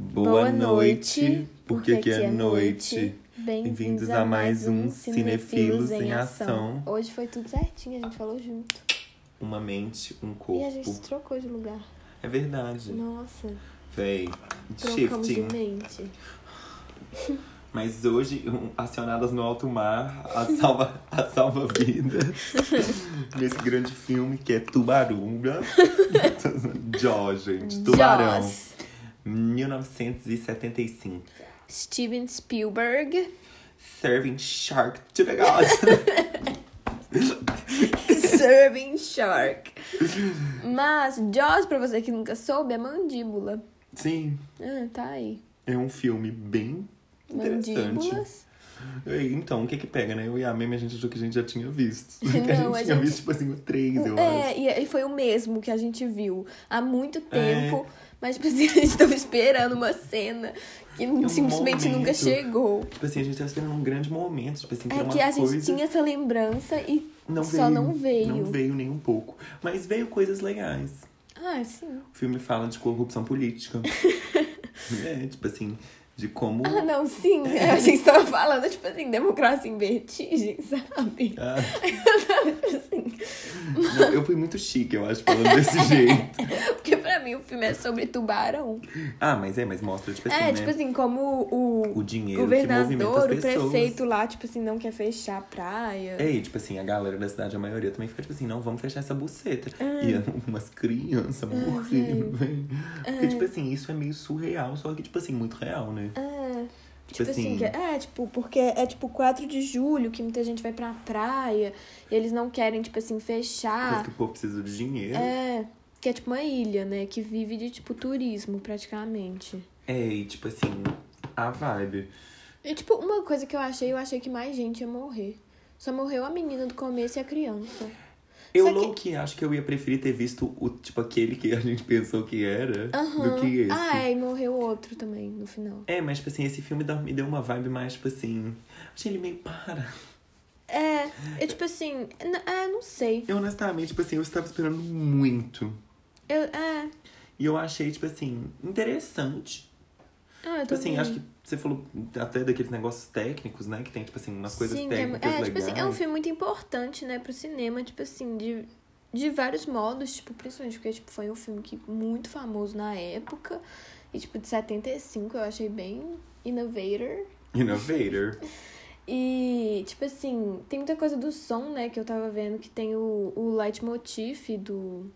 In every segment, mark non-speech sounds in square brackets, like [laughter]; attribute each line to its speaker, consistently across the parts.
Speaker 1: Boa noite, porque aqui é noite. Bem-vindos a mais um Cinefilos em Ação.
Speaker 2: Hoje foi tudo certinho, a gente falou junto.
Speaker 1: Uma mente, um
Speaker 2: E a gente
Speaker 1: corpo.
Speaker 2: trocou de lugar.
Speaker 1: É verdade.
Speaker 2: Nossa,
Speaker 1: Véi,
Speaker 2: trocamos de
Speaker 1: shifting.
Speaker 2: mente.
Speaker 1: Mas hoje, um, acionadas no alto mar, a salva, a salva vida.
Speaker 2: [laughs]
Speaker 1: Nesse grande filme que é
Speaker 2: [laughs]
Speaker 1: Tubarunga. Jó, gente. Tubarão.
Speaker 2: Joss,
Speaker 1: 1975.
Speaker 2: Steven Spielberg. [laughs]
Speaker 1: Serving Shark to the Gods.
Speaker 2: Serving Shark. Mas, Jaws, pra você que nunca soube, é mandíbula.
Speaker 1: Sim,
Speaker 2: Ah, tá aí.
Speaker 1: é um filme bem interessante.
Speaker 2: Mandíbulas.
Speaker 1: Ei, Então, o que que pega, né? Eu e a Meme, a gente achou que a gente já tinha visto.
Speaker 2: Não,
Speaker 1: que [laughs] a gente
Speaker 2: a
Speaker 1: tinha
Speaker 2: gente-
Speaker 1: visto, tipo assim, o 3, eu acho. É.
Speaker 2: É, e- e foi o mesmo que a gente viu há muito tempo. Mas, [laughs] tipo assim, a gente tava esperando uma cena que simplesmente nunca
Speaker 1: É um momento.
Speaker 2: chegou.
Speaker 1: Tipo assim, a gente tá esperando um grande momento. Tipo assim, que era
Speaker 2: É
Speaker 1: uma
Speaker 2: que a gente
Speaker 1: coisa...
Speaker 2: tinha essa lembrança e
Speaker 1: Não
Speaker 2: só
Speaker 1: veio,
Speaker 2: não veio.
Speaker 1: Não veio nem um pouco. Mas veio coisas legais.
Speaker 2: Ah, sim.
Speaker 1: O filme fala de corrupção
Speaker 2: [laughs]
Speaker 1: política. é, tipo assim, de como...
Speaker 2: Ah, não, sim.
Speaker 1: É.
Speaker 2: A gente tava falando, tipo assim, democracia em vertigem, [laughs] sabe?
Speaker 1: Ah,
Speaker 2: Eu tava, tipo assim.
Speaker 1: não, eu fui muito chique, eu acho, falando
Speaker 2: [laughs]
Speaker 1: desse jeito.
Speaker 2: Porque pra mim o filme é sobre tubarão.
Speaker 1: Ah, mas é, mas mostra, tipo assim,
Speaker 2: é,
Speaker 1: né?
Speaker 2: tipo assim, como o,
Speaker 1: o dinheiro que movimenta as
Speaker 2: governador, o
Speaker 1: pessoas.
Speaker 2: prefeito lá, tipo assim, não quer fechar a praia.
Speaker 1: É, e, tipo assim, a galera da cidade, a maioria também fica tipo assim, não, vamos fechar essa buceta. E é umas crianças morrendo, velho. Porque, tipo assim, isso é meio surreal, só que, tipo assim, muito real, né?
Speaker 2: É.
Speaker 1: Tipo
Speaker 2: Tipo, assim,
Speaker 1: assim-
Speaker 2: que- é, tipo, porque é tipo 4 de julho que muita gente vai pra praia e eles não querem, tipo assim,
Speaker 1: Parece
Speaker 2: fechar.
Speaker 1: que o povo precisa de dinheiro. É.
Speaker 2: É, que é tipo uma ilha, né? Que vive de, tipo, turismo, praticamente.
Speaker 1: e, tipo assim, a vibe.
Speaker 2: E, tipo, uma coisa que eu achei, eu achei que mais gente ia morrer. Só morreu a menina do começo e a criança.
Speaker 1: Eu
Speaker 2: Só que-
Speaker 1: louco que acho que eu ia preferir ter visto o, tipo, aquele que a gente pensou que era
Speaker 2: Aham.
Speaker 1: do que esse.
Speaker 2: Ah, é, e morreu outro também no final.
Speaker 1: É, mas, tipo assim, esse filme dá- me deu uma vibe mais, tipo assim. Achei ele meio para.
Speaker 2: É, é tipo assim, n- é, não sei.
Speaker 1: Eu, honestamente, tipo assim, eu estava esperando muito.
Speaker 2: Eu, é,
Speaker 1: E eu achei, tipo assim, interessante.
Speaker 2: ah, eu
Speaker 1: Tipo
Speaker 2: tô
Speaker 1: assim,
Speaker 2: vendo.
Speaker 1: acho que você falou até daqueles negócios técnicos, né? Que tem, tipo assim, umas coisas
Speaker 2: Sim, que é mu-
Speaker 1: técnicas
Speaker 2: é,
Speaker 1: legais.
Speaker 2: tipo assim, é um filme muito importante, né, pro cinema, tipo assim, de, de vários modos, tipo, principalmente porque tipo, foi um filme que muito famoso na época. E tipo, de 75 eu achei bem innovator.
Speaker 1: Innovator.
Speaker 2: E, tipo assim, tem muita coisa do som, né, que eu tava vendo, que tem o, o leitmotiv do,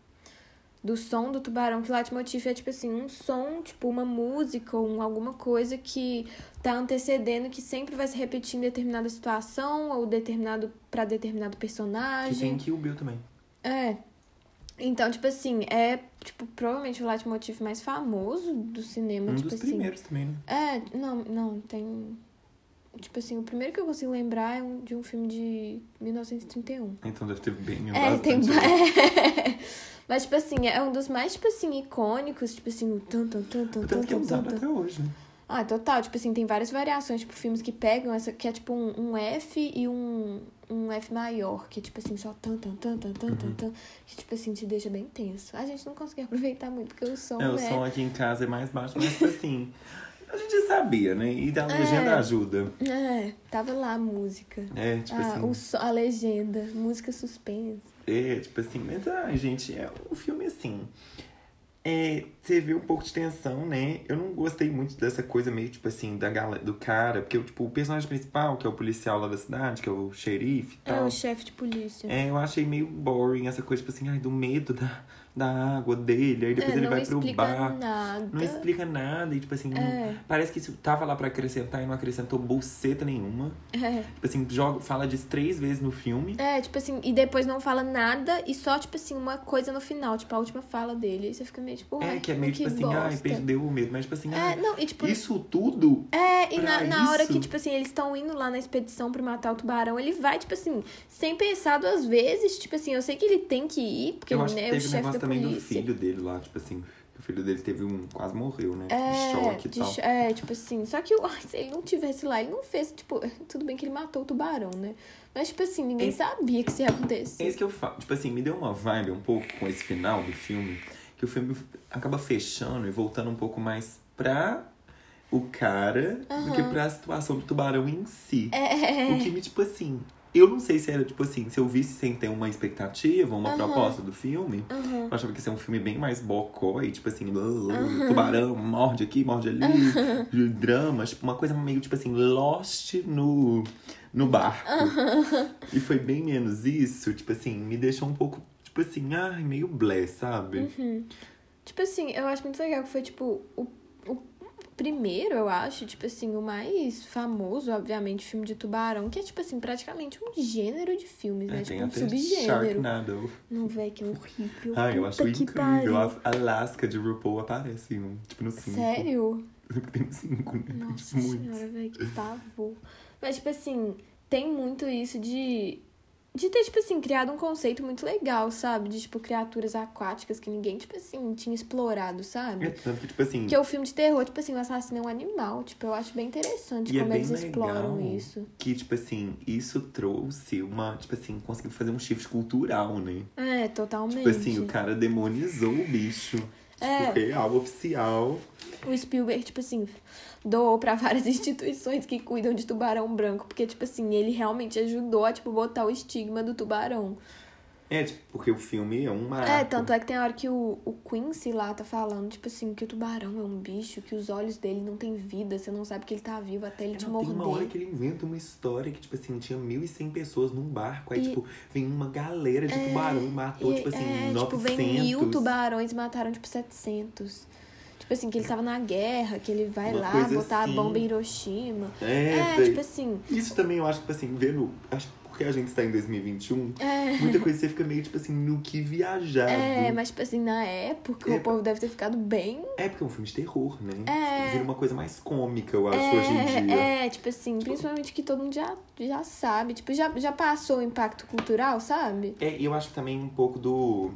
Speaker 2: do som do tubarão, que leitmotiv é, tipo assim, um som, tipo uma música ou um- alguma coisa que tá antecedendo, que sempre vai se repetir em determinada situação ou determinado para determinado
Speaker 1: Que tem
Speaker 2: personagem.
Speaker 1: Kill Bill também.
Speaker 2: É. Então, tipo assim, é, tipo, provavelmente o leitmotiv mais famoso do cinema,
Speaker 1: um
Speaker 2: tipo
Speaker 1: dos
Speaker 2: assim.
Speaker 1: primeiros também, né?
Speaker 2: É, não, não, tem. Tipo assim, o primeiro que eu consigo lembrar é um- de um filme de 1931.
Speaker 1: Então deve ter bem
Speaker 2: É, tem.
Speaker 1: bastante.
Speaker 2: [laughs] Mas, tipo assim, é um dos mais, tipo assim, icônicos, tipo assim, o tan, tan, tan, tan, tan,
Speaker 1: Tanto que é
Speaker 2: tan, tan,
Speaker 1: usado
Speaker 2: tan.
Speaker 1: até hoje, né?
Speaker 2: Ah, total, tipo assim, tem várias variações, tipo, filmes que pegam essa, que é tipo um, um F e um, um F maior, que é tipo assim, só tan, tan, tan, tan, tan,
Speaker 1: Uhum.
Speaker 2: tan, tan, que tipo assim, te deixa bem tenso. A gente não conseguiu [laughs] aproveitar muito, porque o som
Speaker 1: é, o som aqui em casa é mais baixo, mas tipo assim. A gente já sabia, né? E da legenda ajuda.
Speaker 2: [laughs] É, tava lá a música.
Speaker 1: É, tipo
Speaker 2: ah,
Speaker 1: assim.
Speaker 2: o so- a legenda, música suspensa.
Speaker 1: É, tipo assim, mas ai, gente, é um filme assim. É, você vê um pouco de tensão, né? Eu não gostei muito dessa coisa meio, tipo assim, da gala, do cara, porque, tipo, o personagem principal, que é o policial lá da cidade, que é o xerife e
Speaker 2: É
Speaker 1: tal.
Speaker 2: o chefe de polícia.
Speaker 1: É, eu achei meio boring essa coisa, tipo assim, ai, do medo da, da água dele, aí depois
Speaker 2: É,
Speaker 1: ele
Speaker 2: não
Speaker 1: vai pro
Speaker 2: explica
Speaker 1: bar.
Speaker 2: nada.
Speaker 1: Não explica nada, e tipo assim, não-
Speaker 2: É.
Speaker 1: parece que isso tava lá pra acrescentar e não acrescentou buceta nenhuma.
Speaker 2: É.
Speaker 1: Tipo assim, joga, fala disso três vezes no filme.
Speaker 2: É, tipo assim, e depois não fala nada e só, tipo assim, uma coisa no final, tipo, a última fala dele. Aí você fica meio tipo,
Speaker 1: É,
Speaker 2: ai,
Speaker 1: que é meio tipo assim,
Speaker 2: bosta.
Speaker 1: ai, perdeu o medo. Mas tipo assim,
Speaker 2: É,
Speaker 1: ai,
Speaker 2: não, e tipo.
Speaker 1: isso tudo.
Speaker 2: É, e
Speaker 1: pra
Speaker 2: na, na hora
Speaker 1: isso?
Speaker 2: que, tipo assim, eles estão indo lá na expedição pra matar o tubarão, ele vai, tipo assim, sem pensar duas vezes, tipo assim, eu sei que ele tem que ir, porque
Speaker 1: eu
Speaker 2: ele
Speaker 1: acho que
Speaker 2: né, é o
Speaker 1: teve um
Speaker 2: chefe da
Speaker 1: negócio também do
Speaker 2: polícia.
Speaker 1: filho dele lá, tipo assim, que o filho dele teve um. quase morreu, né? de
Speaker 2: É,
Speaker 1: choque e
Speaker 2: de
Speaker 1: tal.
Speaker 2: cho- é, tipo assim, só que [laughs] o- ai, se ele não tivesse lá, ele não fez, tipo, [laughs] tudo bem que ele matou o tubarão, né? Mas, tipo assim, ninguém
Speaker 1: É.
Speaker 2: sabia que isso ia acontecer.
Speaker 1: É isso que eu falo. Tipo assim, me deu uma vibe um pouco com esse final do filme, que o filme acaba fechando e voltando um pouco mais pra o cara do que
Speaker 2: Aham.
Speaker 1: pra situação do tubarão em si.
Speaker 2: É.
Speaker 1: O que me, tipo assim. Eu não sei se era, tipo assim, se eu visse sem ter uma expectativa, uma
Speaker 2: Aham.
Speaker 1: proposta do filme.
Speaker 2: Aham.
Speaker 1: Eu achava que ia ser um filme bem mais bocó e, tipo assim, blá, blá, tubarão, morde aqui, morde ali, drama, tipo, uma coisa meio, tipo assim, lost no, no barco. E foi bem menos isso, tipo assim, me deixou um pouco, tipo assim, ai, meio blé, sabe?
Speaker 2: Uhum, Tipo assim, eu acho muito legal que foi, tipo, o, o primeiro, eu acho, tipo assim, o mais famoso, obviamente, filme de tubarão, que é, tipo assim, praticamente um gênero de filmes, né?
Speaker 1: É,
Speaker 2: tipo, um subgênero.
Speaker 1: Sharknado.
Speaker 2: Não, velho, que
Speaker 1: né?
Speaker 2: horrível.
Speaker 1: Ai, eu acho
Speaker 2: Puta que
Speaker 1: incrível.
Speaker 2: pariu.
Speaker 1: A Alaska de RuPaul aparece, em um, tipo, no cinco.
Speaker 2: Sério?
Speaker 1: [laughs] Tem cinco, né? Tem, [laughs]
Speaker 2: Nossa
Speaker 1: tipo, muitos.
Speaker 2: senhora, velho, que pavor. Mas, tipo assim, tem muito isso de. De ter, tipo assim, criado um conceito muito legal, sabe? De, tipo, criaturas aquáticas que ninguém, tipo assim, tinha explorado, sabe?
Speaker 1: É tanto que, tipo assim,
Speaker 2: Porque o filme de terror, tipo assim, o assassino é um animal. Tipo, eu acho bem interessante
Speaker 1: E é
Speaker 2: como
Speaker 1: bem
Speaker 2: eles exploram
Speaker 1: legal.
Speaker 2: isso.
Speaker 1: que, tipo assim, isso trouxe uma, tipo assim, conseguiu fazer um shift cultural, né?
Speaker 2: É, totalmente.
Speaker 1: Tipo assim, o cara demonizou o bicho.
Speaker 2: É.
Speaker 1: Tipo, real, oficial.
Speaker 2: O Spielberg, tipo assim, doou pra várias [laughs] instituições que cuidam de tubarão branco. Porque, tipo assim, ele realmente ajudou a, tipo, botar o estigma do tubarão.
Speaker 1: É, tipo, porque o filme é um marco.
Speaker 2: É, tanto é que tem a hora que o, o Quincy lá tá falando, tipo assim, que o tubarão é um bicho, que os olhos dele não tem vida, você não sabe que ele tá vivo até ele te
Speaker 1: Não, Tem uma hora
Speaker 2: morder.
Speaker 1: que ele inventa uma história que, tipo assim, tinha 1.100 pessoas num barco. Aí,
Speaker 2: E- É,
Speaker 1: tipo, vem uma galera de tubarão e matou,
Speaker 2: E,
Speaker 1: tipo assim,
Speaker 2: é,
Speaker 1: 900.
Speaker 2: tipo, vem mil tubarões e mataram, tipo, 700. Tipo assim, que ele tava na guerra, que ele vai
Speaker 1: Uma
Speaker 2: lá
Speaker 1: coisa
Speaker 2: botar
Speaker 1: assim.
Speaker 2: a bomba em Hiroshima.
Speaker 1: É,
Speaker 2: É,
Speaker 1: daí-
Speaker 2: tipo assim,
Speaker 1: Isso também eu acho que, tipo assim, vendo. Acho que porque a gente está em
Speaker 2: [laughs]
Speaker 1: 2021,
Speaker 2: é...
Speaker 1: muita coisa você fica meio, tipo assim, no que né? viajado.
Speaker 2: É, mas tipo assim, na época
Speaker 1: É.
Speaker 2: o povo deve ter ficado bem.
Speaker 1: É porque é um filme de terror, né?
Speaker 2: É.
Speaker 1: Vira uma coisa mais cômica, eu acho, hoje em dia.
Speaker 2: É, é, tipo assim, principalmente que todo mundo já, já sabe. Tipo, já, já passou o impacto cultural, sabe?
Speaker 1: É, e eu acho também um pouco do.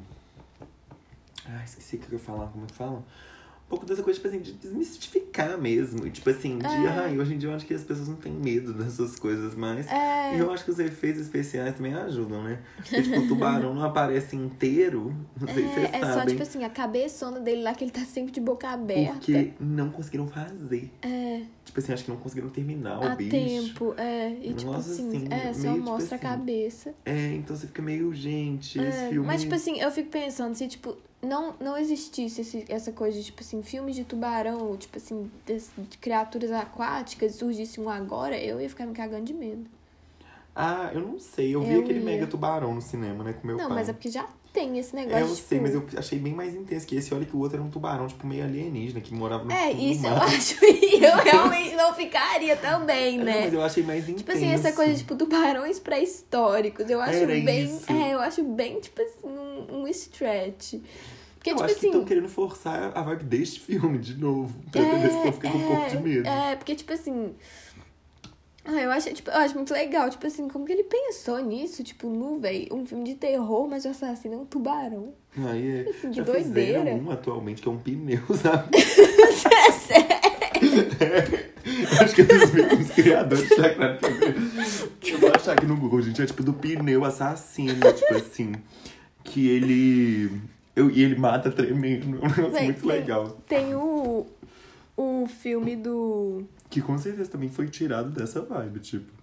Speaker 1: Ah, esqueci o que eu ia falar, como é que fala? Um pouco dessa coisa, tipo assim, de desmistificar mesmo. E, Tipo assim, de.
Speaker 2: É.
Speaker 1: Ai, hoje em dia eu acho que as pessoas não têm medo dessas coisas mais.
Speaker 2: É.
Speaker 1: E eu acho que os efeitos especiais também ajudam, né? Porque, tipo, o tubarão não aparece inteiro. Não sei se vocês
Speaker 2: É, é só,
Speaker 1: sabem.
Speaker 2: tipo assim, a cabeçona dele lá, que ele tá sempre de boca aberta.
Speaker 1: porque não conseguiram fazer.
Speaker 2: É,
Speaker 1: Tipo assim, acho que não conseguiram terminar o
Speaker 2: há
Speaker 1: bicho.
Speaker 2: tempo, é. E tipo
Speaker 1: Nossa,
Speaker 2: assim,
Speaker 1: assim,
Speaker 2: é, só
Speaker 1: meio, tipo
Speaker 2: mostra
Speaker 1: assim,
Speaker 2: a cabeça.
Speaker 1: É, então você fica meio, gente, esse
Speaker 2: É,
Speaker 1: filme.
Speaker 2: Mas, tipo assim, eu fico pensando se, tipo, não, não existisse esse- essa coisa de, tipo assim, filmes de tubarão, ou, tipo assim, des- de criaturas aquáticas, surgisse um agora, eu ia ficar me cagando de medo.
Speaker 1: Ah, eu não sei. Eu vi
Speaker 2: Eu
Speaker 1: aquele
Speaker 2: ia.
Speaker 1: mega tubarão no cinema, né? Com meu
Speaker 2: não,
Speaker 1: pai.
Speaker 2: mas é porque já tem esse negócio
Speaker 1: É, eu
Speaker 2: de,
Speaker 1: sei,
Speaker 2: tipo,
Speaker 1: mas eu achei bem mais intenso que esse. Olha que o outro era um tubarão, tipo, meio alienígena, que morava no
Speaker 2: É,
Speaker 1: no [laughs]
Speaker 2: isso eu
Speaker 1: mar.
Speaker 2: acho. [laughs] E eu realmente não
Speaker 1: [laughs]
Speaker 2: ficaria também,
Speaker 1: Não,
Speaker 2: né?
Speaker 1: mas eu achei mais intenso.
Speaker 2: Tipo assim, essa coisa, tipo, tubarões pré-históricos, eu acho
Speaker 1: Era
Speaker 2: bem.
Speaker 1: isso.
Speaker 2: É, eu acho bem, tipo assim, um, um stretch. Porque,
Speaker 1: Eu acho
Speaker 2: tipo
Speaker 1: que
Speaker 2: assim.
Speaker 1: estão querendo forçar a vibe deste filme de novo. Pra [laughs] ver se eu ficar com um pouco de medo.
Speaker 2: É, porque, tipo assim. Ah, eu acho, tipo, eu acho muito legal, tipo assim, como que ele pensou nisso, tipo, nu, véi, um filme de terror, mas o assassino é um tubarão. [laughs]
Speaker 1: Aí é.
Speaker 2: Assim, que
Speaker 1: Já
Speaker 2: doideira.
Speaker 1: fizeram um atualmente que é um pneu, [laughs] sabe? Eu acho que é dos mesmos criadores de Sacrado Que eu vou achar aqui no Google, gente. É tipo do pneu assassino, tipo assim. Que ele. Eu, e ele mata tremendo. É um negócio
Speaker 2: Véi,
Speaker 1: muito
Speaker 2: tem-
Speaker 1: legal.
Speaker 2: Tem o, o filme do.
Speaker 1: Que com certeza também foi tirado dessa vibe, tipo.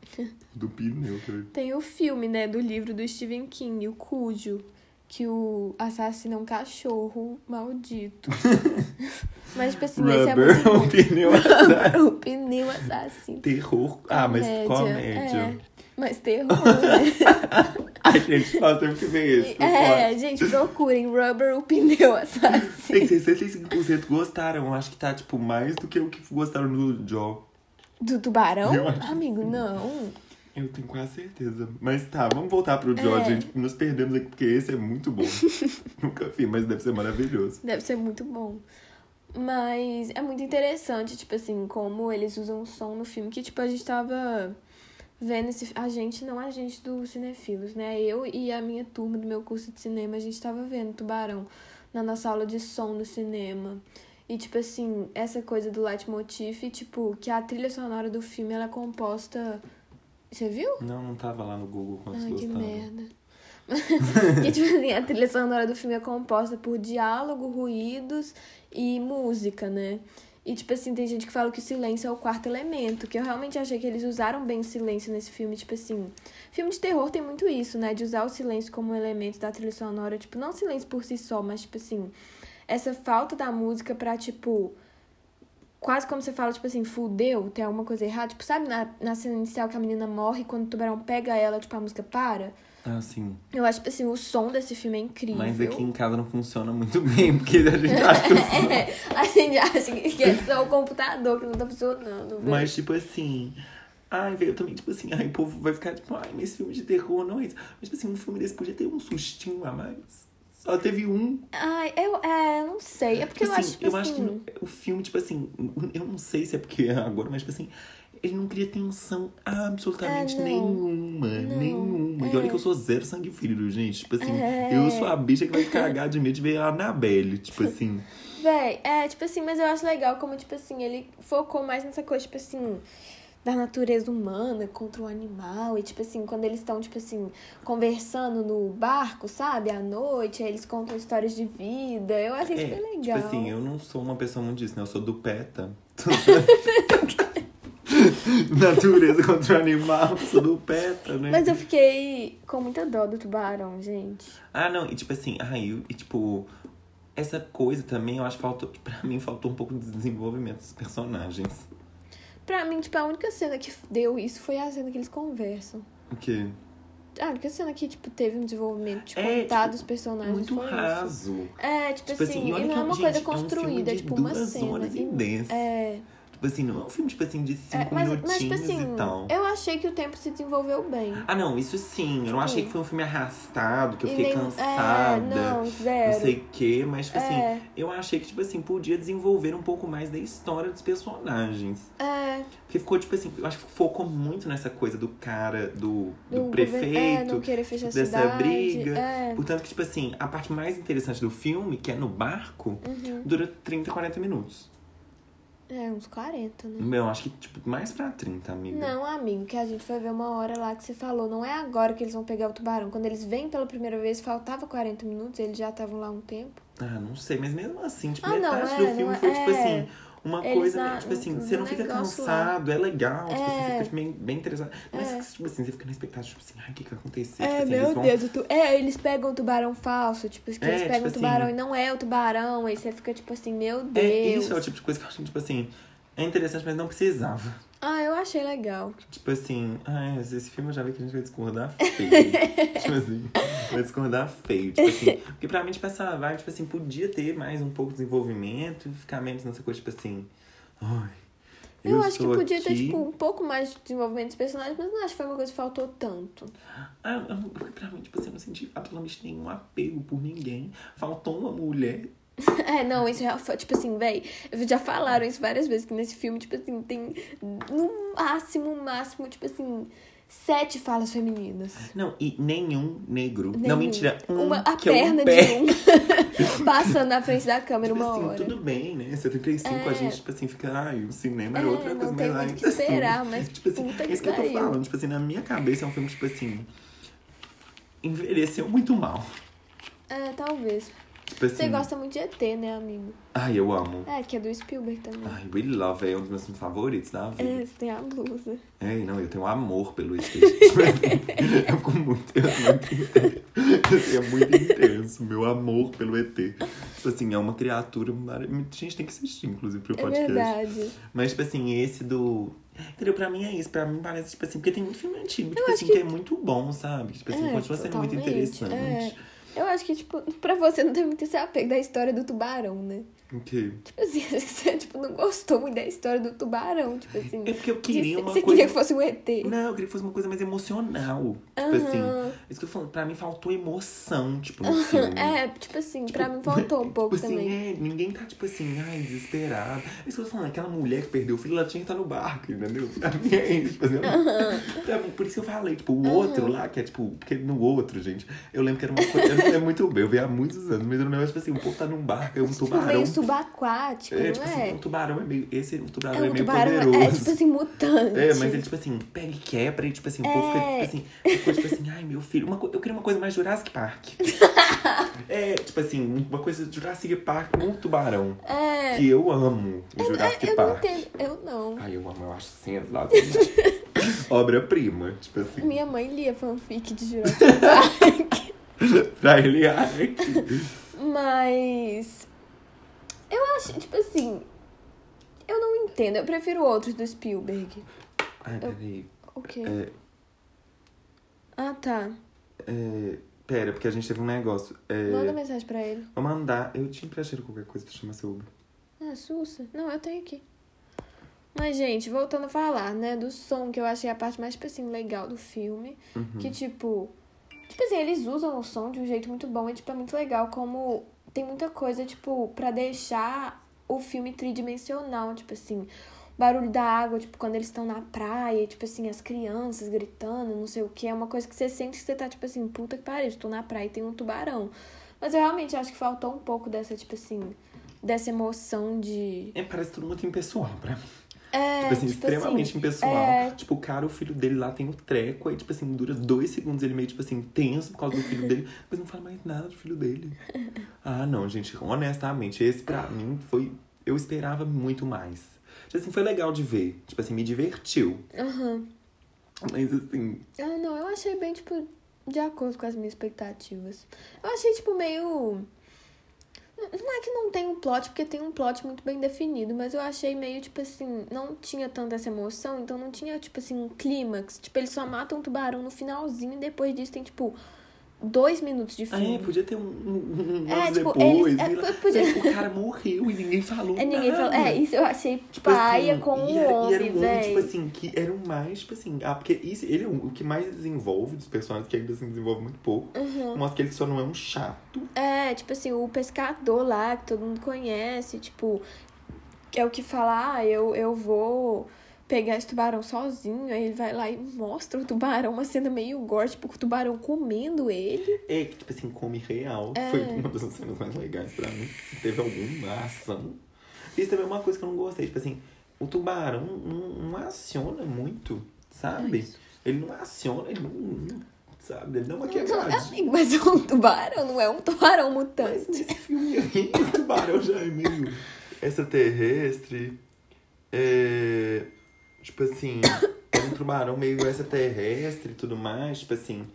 Speaker 1: Do pneu. Que eu...
Speaker 2: Tem o filme, né, do livro do Stephen King, o Cujo, que o assassino é um cachorro
Speaker 1: [laughs]
Speaker 2: maldito. mas, tipo assim, esse
Speaker 1: Rubber, [laughs]
Speaker 2: é
Speaker 1: o
Speaker 2: muito.
Speaker 1: pneu.
Speaker 2: bom. [laughs] o pneu assassino.
Speaker 1: Terror. Ah, mas
Speaker 2: É,
Speaker 1: comédia.
Speaker 2: mas terror, né?
Speaker 1: Ai, [laughs] gente, faz tempo que vem [laughs] isso. não
Speaker 2: É,
Speaker 1: pode.
Speaker 2: gente, procurem Rubber o
Speaker 1: [laughs]
Speaker 2: pneu
Speaker 1: Tem
Speaker 2: assassino
Speaker 1: 65% gostaram. Acho que tá, tipo, mais do que o que gostaram do Joe.
Speaker 2: do tubarão?
Speaker 1: Eu acho
Speaker 2: Amigo, não.
Speaker 1: Eu tenho quase certeza. Mas tá, vamos voltar pro Joe,
Speaker 2: É.
Speaker 1: gente. Nos perdemos aqui, porque esse é muito
Speaker 2: [laughs]
Speaker 1: bom. Nunca vi, mas deve ser maravilhoso.
Speaker 2: Deve ser muito bom. Mas é muito interessante, tipo assim, como eles usam som no filme, que tipo a gente tava vendo esse a gente, não a gente do Cinefilos, né? Eu e a minha turma do meu curso de cinema, a gente tava vendo Tubarão na nossa aula de som no cinema. E tipo assim, essa coisa do leitmotiv, tipo, que a trilha sonora do filme ela é composta Você viu?
Speaker 1: Não, não tava lá no Google quantos
Speaker 2: Ai, que
Speaker 1: gostaram.
Speaker 2: merda. [laughs] Porque, tipo assim, a trilha sonora do filme é composta por diálogo, ruídos e música, né? E, tipo assim, tem gente que fala que o silêncio é o quarto elemento, que eu realmente achei que eles usaram bem o silêncio nesse filme, tipo assim. Filme de terror tem muito isso, né? De usar o silêncio como elemento da trilha sonora, tipo, não silêncio por si só, mas, tipo assim, essa falta da música pra, tipo. Quase como você fala, tipo assim, fudeu, tem alguma coisa errada. Tipo, sabe na, na cena inicial que a menina morre e quando o tubarão pega ela, tipo, a música para?
Speaker 1: Ah, sim.
Speaker 2: Eu acho, tipo assim, o som desse filme é incrível.
Speaker 1: Mas aqui em casa não funciona muito bem, porque a gente tá
Speaker 2: [laughs]
Speaker 1: acha que o som-
Speaker 2: É, [laughs] a gente acha que é só o computador que não tá funcionando. velho.
Speaker 1: Mas, tipo assim. Ai, velho, eu também, tipo assim, ai, o povo vai ficar, tipo, ai, mas filme de terror não é isso. Mas, tipo assim, um filme desse podia ter um sustinho a mais. Só teve um.
Speaker 2: Ai, eu é, não sei. É porque
Speaker 1: Tipo
Speaker 2: eu acho, tipo
Speaker 1: eu
Speaker 2: assim,
Speaker 1: acho que o filme, tipo assim, eu não sei se é porque é agora, mas, tipo assim, ele não cria tensão absolutamente
Speaker 2: É, não.
Speaker 1: nenhuma.
Speaker 2: Não,
Speaker 1: Nenhuma. E olha que eu sou zero sangue frio, gente. Tipo assim,
Speaker 2: É.
Speaker 1: eu sou a bicha que vai cagar de medo de ver a Anabelle. Tipo
Speaker 2: [laughs]
Speaker 1: assim.
Speaker 2: Véi, é, tipo assim, mas eu acho legal como, tipo assim, ele focou mais nessa coisa, tipo assim, da natureza humana contra o animal. E, tipo assim, quando eles estão, tipo assim, conversando no barco, sabe? À noite, aí eles contam histórias de vida. Eu achei
Speaker 1: É,
Speaker 2: super legal.
Speaker 1: tipo assim, eu não sou uma pessoa muito disso, né? Eu sou do PETA. [laughs]
Speaker 2: [laughs]
Speaker 1: Natureza contra o animal, sou do PETA, né?
Speaker 2: Mas eu fiquei com muita dó do tubarão, gente.
Speaker 1: Ah, não, e tipo assim, ai, eu- e tipo, essa coisa também, eu acho que faltou, pra mim faltou um pouco de desenvolvimento dos personagens.
Speaker 2: Pra mim, tipo, a única cena que deu isso foi a cena que eles conversam.
Speaker 1: O quê?
Speaker 2: A única cena que, tipo, teve um desenvolvimento de
Speaker 1: É,
Speaker 2: contar
Speaker 1: tipo,
Speaker 2: dos personagens
Speaker 1: Muito
Speaker 2: foi isso.
Speaker 1: raso.
Speaker 2: É, tipo,
Speaker 1: Tipo
Speaker 2: assim,
Speaker 1: assim, olha
Speaker 2: e não
Speaker 1: que
Speaker 2: é uma
Speaker 1: gente,
Speaker 2: coisa
Speaker 1: é um filme
Speaker 2: construída, é
Speaker 1: de
Speaker 2: tipo uma
Speaker 1: duas
Speaker 2: cena.
Speaker 1: horas
Speaker 2: e-
Speaker 1: e dez.
Speaker 2: É,
Speaker 1: Tipo assim, não é um filme, tipo assim, de
Speaker 2: é,
Speaker 1: cinco
Speaker 2: mas,
Speaker 1: minutinhos
Speaker 2: mas, tipo assim,
Speaker 1: e tal.
Speaker 2: eu achei que o tempo se desenvolveu bem.
Speaker 1: Ah, não, isso sim. Eu não achei que foi um filme arrastado, que eu
Speaker 2: Tipo assim, E
Speaker 1: fiquei
Speaker 2: nem-
Speaker 1: cansada.
Speaker 2: É, não, zero.
Speaker 1: não sei o quê, mas, tipo assim,
Speaker 2: É.
Speaker 1: eu achei que, tipo assim, podia desenvolver um pouco mais da história dos personagens.
Speaker 2: É,
Speaker 1: Porque ficou, tipo assim, eu acho que focou muito nessa coisa do cara, do, do
Speaker 2: do governo- é,
Speaker 1: prefeito.
Speaker 2: não querer fechar a
Speaker 1: dessa
Speaker 2: cidade.
Speaker 1: briga.
Speaker 2: É,
Speaker 1: Portanto, que, tipo assim, a parte mais interessante do filme, que é no barco,
Speaker 2: uhum.
Speaker 1: dura 30, 40 minutos.
Speaker 2: é, uns 40, né?
Speaker 1: Eu acho que, tipo, mais pra 30, amiga.
Speaker 2: Não, amigo, que a gente foi ver uma hora lá que você falou. Não é agora que eles vão pegar o tubarão. Quando eles vêm pela primeira vez, faltava 40 minutos, eles já estavam lá um tempo.
Speaker 1: Ah, não sei, mas mesmo assim, tipo,
Speaker 2: Ah, não,
Speaker 1: metade
Speaker 2: é,
Speaker 1: do
Speaker 2: não
Speaker 1: filme
Speaker 2: é-
Speaker 1: foi, tipo
Speaker 2: é.
Speaker 1: assim, uma
Speaker 2: Eles
Speaker 1: coisa,
Speaker 2: na-
Speaker 1: né? Tipo assim,
Speaker 2: no-
Speaker 1: você
Speaker 2: no
Speaker 1: não fica
Speaker 2: negócio lá.
Speaker 1: cansado, é legal, tipo assim,
Speaker 2: É.
Speaker 1: você fica bem, bem interessado. Mas,
Speaker 2: É.
Speaker 1: tipo assim, você fica na expectativa, tipo assim, ai, o que, que vai acontecer? tipo
Speaker 2: É,
Speaker 1: assim,
Speaker 2: meu
Speaker 1: eles vão...
Speaker 2: Deus, o tu... é, eles pegam o tubarão falso, tipo, que
Speaker 1: É,
Speaker 2: eles pegam
Speaker 1: tipo
Speaker 2: o tubarão
Speaker 1: assim.
Speaker 2: e não é o tubarão, aí você fica tipo assim, meu Deus.
Speaker 1: É, isso é o tipo de coisa que eu acho, tipo assim, é interessante, mas não precisava.
Speaker 2: Ah, eu achei legal.
Speaker 1: Tipo assim, ai, esse filme eu já vi que a gente vai discordar feio.
Speaker 2: [laughs]
Speaker 1: tipo assim, vai discordar feio. Tipo assim, porque pra mim, tipo, essa vibe, tipo assim, podia ter mais um pouco de desenvolvimento, ficar menos nessa coisa, tipo assim, ai.
Speaker 2: Eu, acho que
Speaker 1: sou
Speaker 2: podia ter,
Speaker 1: aqui.
Speaker 2: tipo, um pouco mais de desenvolvimento dos personagens, mas não acho que foi uma coisa que faltou tanto.
Speaker 1: Ah, eu- eu- porque pra mim, tipo assim, eu não senti absolutamente nenhum apego por ninguém. Faltou uma mulher.
Speaker 2: [laughs] É, não, isso já foi, tipo assim, véi, já falaram isso várias vezes, que nesse filme, tipo assim, tem no máximo, máximo, tipo assim, sete falas femininas.
Speaker 1: Não, e nenhum negro.
Speaker 2: Nenhum.
Speaker 1: Não, mentira. Um,
Speaker 2: Uma, a
Speaker 1: que é um
Speaker 2: perna
Speaker 1: pé.
Speaker 2: de um [laughs] passando na frente da câmera
Speaker 1: Tipo
Speaker 2: uma
Speaker 1: assim,
Speaker 2: hora.
Speaker 1: tudo bem, né? 75
Speaker 2: É.
Speaker 1: a gente, tipo assim, fica, ai, o cinema era
Speaker 2: É,
Speaker 1: outra coisa,
Speaker 2: não tem
Speaker 1: mas
Speaker 2: muito o
Speaker 1: ainda
Speaker 2: que
Speaker 1: [laughs]
Speaker 2: esperar, mas
Speaker 1: Tipo assim,
Speaker 2: Né? puta
Speaker 1: é
Speaker 2: que
Speaker 1: isso que eu tô
Speaker 2: pariu.
Speaker 1: falando. Tipo assim, na minha cabeça é um filme, tipo assim. Envelheceu muito mal.
Speaker 2: É, talvez.
Speaker 1: Tipo assim.
Speaker 2: Você gosta muito de ET, né, amigo?
Speaker 1: Ai, eu amo.
Speaker 2: É, que é do Spielberg também.
Speaker 1: Ai, We Love é um dos meus filmes favoritos da vida.
Speaker 2: É, você tem a blusa.
Speaker 1: Ei, não, eu tenho amor pelo ET. Tipo assim, [laughs] eu fico muito, eu sou muito intenso. É muito intenso, meu amor pelo ET. Tipo assim, é uma criatura maravilhosa. A gente tem que assistir, inclusive, pro
Speaker 2: É
Speaker 1: podcast.
Speaker 2: verdade.
Speaker 1: Mas, tipo assim, esse do. Entendeu? Pra mim é isso. Pra mim parece, tipo assim, porque tem muito filme antigo, tipo
Speaker 2: acho
Speaker 1: assim,
Speaker 2: que-
Speaker 1: que... é muito bom, sabe? Tipo assim,
Speaker 2: É,
Speaker 1: continua sendo muito
Speaker 2: totalmente,
Speaker 1: interessante.
Speaker 2: é. Eu acho que, tipo, pra você não tem muito esse apego da história do tubarão, né?
Speaker 1: Ok.
Speaker 2: Tipo assim, [laughs] você tipo, não gostou muito da história do tubarão, tipo assim.
Speaker 1: É porque eu
Speaker 2: de-
Speaker 1: queria uma
Speaker 2: você
Speaker 1: coisa.
Speaker 2: queria que fosse um ET.
Speaker 1: Não, eu queria que fosse uma coisa mais emocional. Tipo assim.
Speaker 2: Aham.
Speaker 1: Isso que eu tô falando, pra mim faltou emoção, tipo, no filme.
Speaker 2: É, tipo assim, pra mim faltou um pouco
Speaker 1: [laughs] Tipo assim,
Speaker 2: também.
Speaker 1: é, ninguém tá, tipo assim, ai, desesperado. Isso que eu tô falando, aquela mulher que perdeu o filho, ela tinha que estar no barco, entendeu? [laughs] Pra mim é isso, tipo assim, eu não- Pra mim, Por isso que eu falei, tipo, o outro lá, que é tipo, porque no outro, gente, eu lembro que era uma coisa, eu não lembro muito bem, eu vi há muitos anos, mas eu não lembro, tipo assim, o povo tá num barco, é um
Speaker 2: Tipo, meio
Speaker 1: tubarão
Speaker 2: tubo aquático,
Speaker 1: É,
Speaker 2: não
Speaker 1: tipo
Speaker 2: é?
Speaker 1: assim, o tubarão é meio. Esse tubarão
Speaker 2: é
Speaker 1: é,
Speaker 2: um
Speaker 1: meio
Speaker 2: tubarão, é
Speaker 1: poderoso.
Speaker 2: tipo assim, mutante.
Speaker 1: É, mas ele, tipo assim, pega e quebra, e tipo assim, o povo
Speaker 2: É.
Speaker 1: fica, tipo assim, ficou, tipo assim, ai, meu filho, uma co- eu queria uma coisa mais Jurassic
Speaker 2: [laughs]
Speaker 1: Park. é, tipo assim, uma coisa Jurassic Park com um tubarão.
Speaker 2: É,
Speaker 1: Que eu amo o Jurassic
Speaker 2: eu não
Speaker 1: Park.
Speaker 2: entendo. Eu não.
Speaker 1: Ai, eu amo, eu acho sensacional. [laughs] Obra-prima, tipo assim.
Speaker 2: Minha mãe lia fanfic de Jurassic Park.
Speaker 1: [laughs]
Speaker 2: [laughs]
Speaker 1: pra ele, ai.
Speaker 2: Mas. Eu acho, tipo assim. Eu não entendo. Eu prefiro outros do Spielberg.
Speaker 1: Ai, peraí.
Speaker 2: Ok.
Speaker 1: É,
Speaker 2: Ah, tá.
Speaker 1: é, pera, porque a gente teve um negócio. É,
Speaker 2: Manda mensagem pra ele.
Speaker 1: vou mandar, eu te emprestei qualquer coisa pra chamar seu Uber.
Speaker 2: Ah, sussa. Não, eu tenho aqui. Mas, gente, voltando a falar, né, do som, que eu achei a parte mais, tipo assim, legal do filme.
Speaker 1: Uhum.
Speaker 2: Que, tipo... Tipo assim, eles usam o som de um jeito muito bom e, tipo, é muito legal como tem muita coisa, tipo, pra deixar o filme tridimensional, tipo assim... Barulho da água, tipo, quando eles estão na praia, tipo assim, as crianças gritando, não sei o que, é uma coisa que você sente que você tá, tipo assim, puta que pariu, tô na praia e tem um tubarão. Mas eu realmente acho que faltou um pouco dessa, tipo assim, dessa emoção de.
Speaker 1: É, parece tudo muito impessoal pra mim.
Speaker 2: É,
Speaker 1: tipo assim, extremamente impessoal.
Speaker 2: é.
Speaker 1: Tipo, o cara, o filho dele lá tem o treco, aí, tipo assim, dura dois segundos, ele meio, tipo assim, tenso por causa do filho dele, mas não fala mais nada do filho
Speaker 2: [laughs]
Speaker 1: dele. Ah, não, gente, honestamente, esse pra mim foi. Eu esperava muito mais. Tipo assim, foi legal de ver. Tipo assim, me divertiu.
Speaker 2: Aham.
Speaker 1: Mas assim,
Speaker 2: Ah, não, eu achei bem, tipo, de acordo com as minhas expectativas. Eu achei, tipo, meio. Não é que não tem um plot, porque tem um plot muito bem definido, mas eu achei meio, tipo assim, não tinha tanta essa emoção, então não tinha, tipo assim, um clímax. Tipo, eles só matam um tubarão no finalzinho e depois disso tem, tipo, dois minutos de
Speaker 1: ah, é,
Speaker 2: filme.
Speaker 1: podia ter um. um, um
Speaker 2: É,
Speaker 1: lance
Speaker 2: tipo,
Speaker 1: depois,
Speaker 2: eles- é,
Speaker 1: sei lá.
Speaker 2: po- podia-
Speaker 1: Mas [laughs] O cara morreu e ninguém falou.
Speaker 2: É, ninguém
Speaker 1: nada.
Speaker 2: falou. É, isso eu achei
Speaker 1: Tipo
Speaker 2: paia
Speaker 1: assim,
Speaker 2: com
Speaker 1: e
Speaker 2: o
Speaker 1: era- E era um
Speaker 2: homem,
Speaker 1: homem, tipo
Speaker 2: velho.
Speaker 1: assim, que era o mais, tipo assim... Ah, porque isso, ele é o o que mais desenvolve dos personagens, que ainda assim desenvolve muito pouco.
Speaker 2: Hum.
Speaker 1: Mostra que ele só não é um chato.
Speaker 2: É, tipo assim, o pescador lá, que todo mundo conhece, tipo, é o que fala, ah, eu, eu vou pegar esse tubarão sozinho. Aí ele vai lá e mostra o tubarão, uma cena meio gore, tipo, com o tubarão comendo ele.
Speaker 1: É, que tipo assim, come real.
Speaker 2: É.
Speaker 1: Foi uma das cenas mais legais pra mim. Teve alguma ação. Isso também é uma coisa que eu não gostei. Tipo assim, o tubarão não, não aciona muito,
Speaker 2: É
Speaker 1: sabe? ele não aciona, ele não... não- sabe? Ele dá uma quebradinha.
Speaker 2: Amigo, mas é um tubarão, não é um tubarão
Speaker 1: Mas
Speaker 2: mutante.
Speaker 1: nesse filme aí,
Speaker 2: [laughs]
Speaker 1: o tubarão já é meio extraterrestre. É, tipo assim, [coughs] é um tubarão meio extraterrestre e tudo mais. Tipo assim,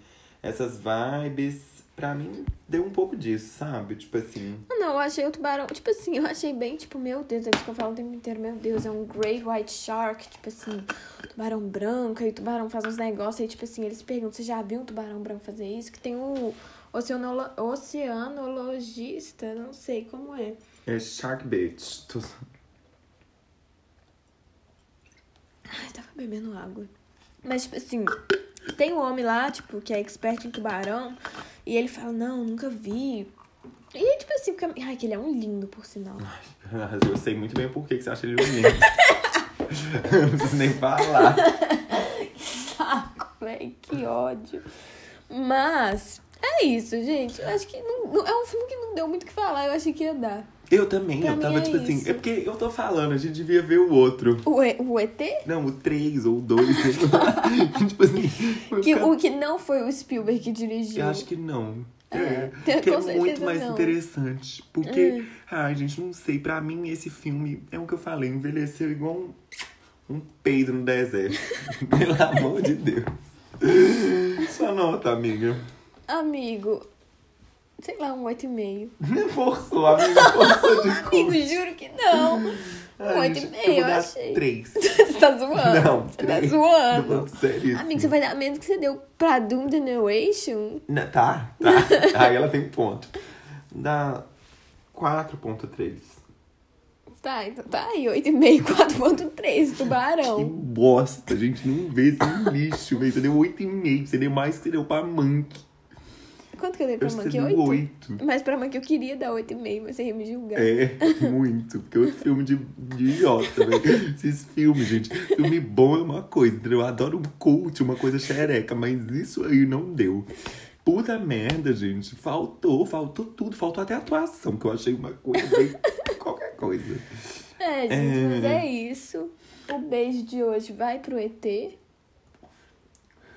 Speaker 1: essas vibes. Pra mim, deu um pouco disso, sabe? Tipo assim.
Speaker 2: Ah, Não, eu achei o tubarão, tipo assim, eu achei bem, tipo, meu Deus, é isso que eu falo o tempo inteiro, meu Deus, é um great white shark, tipo assim, tubarão branco, e o tubarão faz uns negócios, aí tipo assim, eles perguntam, você já viu um tubarão branco fazer isso? Que tem um o oceanolo- oceanologista, não sei como é.
Speaker 1: É Shark Bait. Tu- [laughs]
Speaker 2: Ai, tava bebendo água. Mas, tipo assim, tem um homem lá, tipo, que é expert em tubarão, e ele fala, não, nunca vi. E, tipo assim, fica... Ai, que ele é um lindo, por sinal.
Speaker 1: Eu sei muito bem por que que você acha ele bonito. [laughs] Não preciso nem falar.
Speaker 2: [laughs] saco, [laughs] velho. Que ódio. Mas é isso, gente. Eu acho que não, não- é um filme que não deu muito o que falar. Eu achei que ia dar.
Speaker 1: Eu também,
Speaker 2: Pra
Speaker 1: eu
Speaker 2: mim
Speaker 1: tava
Speaker 2: é
Speaker 1: tipo assim.
Speaker 2: isso.
Speaker 1: É porque eu tô falando, a gente devia ver o outro.
Speaker 2: O, E- o ET?
Speaker 1: Não, o 3 ou o 2, sei lá. [laughs] tipo assim. foi
Speaker 2: Que,
Speaker 1: ficar-
Speaker 2: o que não foi o Spielberg que dirigiu.
Speaker 1: Eu acho que não. É,
Speaker 2: tem-
Speaker 1: que
Speaker 2: com
Speaker 1: é muito
Speaker 2: certeza
Speaker 1: mais
Speaker 2: não. É.
Speaker 1: interessante. Porque, ai, gente, não sei. Pra mim, esse filme é o que eu falei, envelheceu igual um, um peido no deserto. [laughs] Pelo amor de Deus. Sua nota, amiga.
Speaker 2: Amigo. Sei lá, um 8,5.
Speaker 1: Forçou, amiga. Forçou de
Speaker 2: Amigo,
Speaker 1: cu.
Speaker 2: juro que não.
Speaker 1: [laughs]
Speaker 2: [laughs] Um
Speaker 1: Ai, gente,
Speaker 2: 8,5,
Speaker 1: vou
Speaker 2: eu
Speaker 1: dar
Speaker 2: achei.
Speaker 1: 3.
Speaker 2: Você tá zoando?
Speaker 1: Não,
Speaker 2: Você [laughs] tá
Speaker 1: três. Tô
Speaker 2: zoando.
Speaker 1: falando sério.
Speaker 2: Amigo, você vai dar menos que você deu pra Doom Generation?
Speaker 1: Na- Tá, tá. Aí ela tem ponto. Dá 4.3.
Speaker 2: Tá, então tá aí. 8,5, 4,3.
Speaker 1: Que
Speaker 2: Tubarão.
Speaker 1: bosta, gente. Não vê esse lixo, velho. Você deu 8,5. Você deu mais que você deu pra Mank.
Speaker 2: Quanto que eu dei
Speaker 1: Eu um
Speaker 2: pra é
Speaker 1: acho que
Speaker 2: Monkey?
Speaker 1: você
Speaker 2: 8?
Speaker 1: deu 8.
Speaker 2: Mas pra mãe que eu queria dar 8,5, mas você ia me julgar.
Speaker 1: É, muito. Porque é outro filme de, de idiota, velho. Esses filmes, gente. Filme bom é uma coisa, entendeu? Eu adoro um cult, uma coisa xereca, mas isso aí não deu. Puta
Speaker 2: [laughs]
Speaker 1: merda, gente. Faltou, faltou tudo. Faltou até a atuação, que eu achei uma coisa bem... Qualquer coisa.
Speaker 2: É, gente, mas é isso. O beijo de hoje vai pro ET.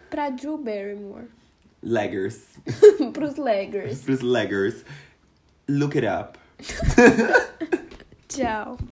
Speaker 2: Pra Drew Barrymore. [laughs]
Speaker 1: Leggers.
Speaker 2: Pros Leggers.
Speaker 1: Pros leggers. Look it up.
Speaker 2: Tchau.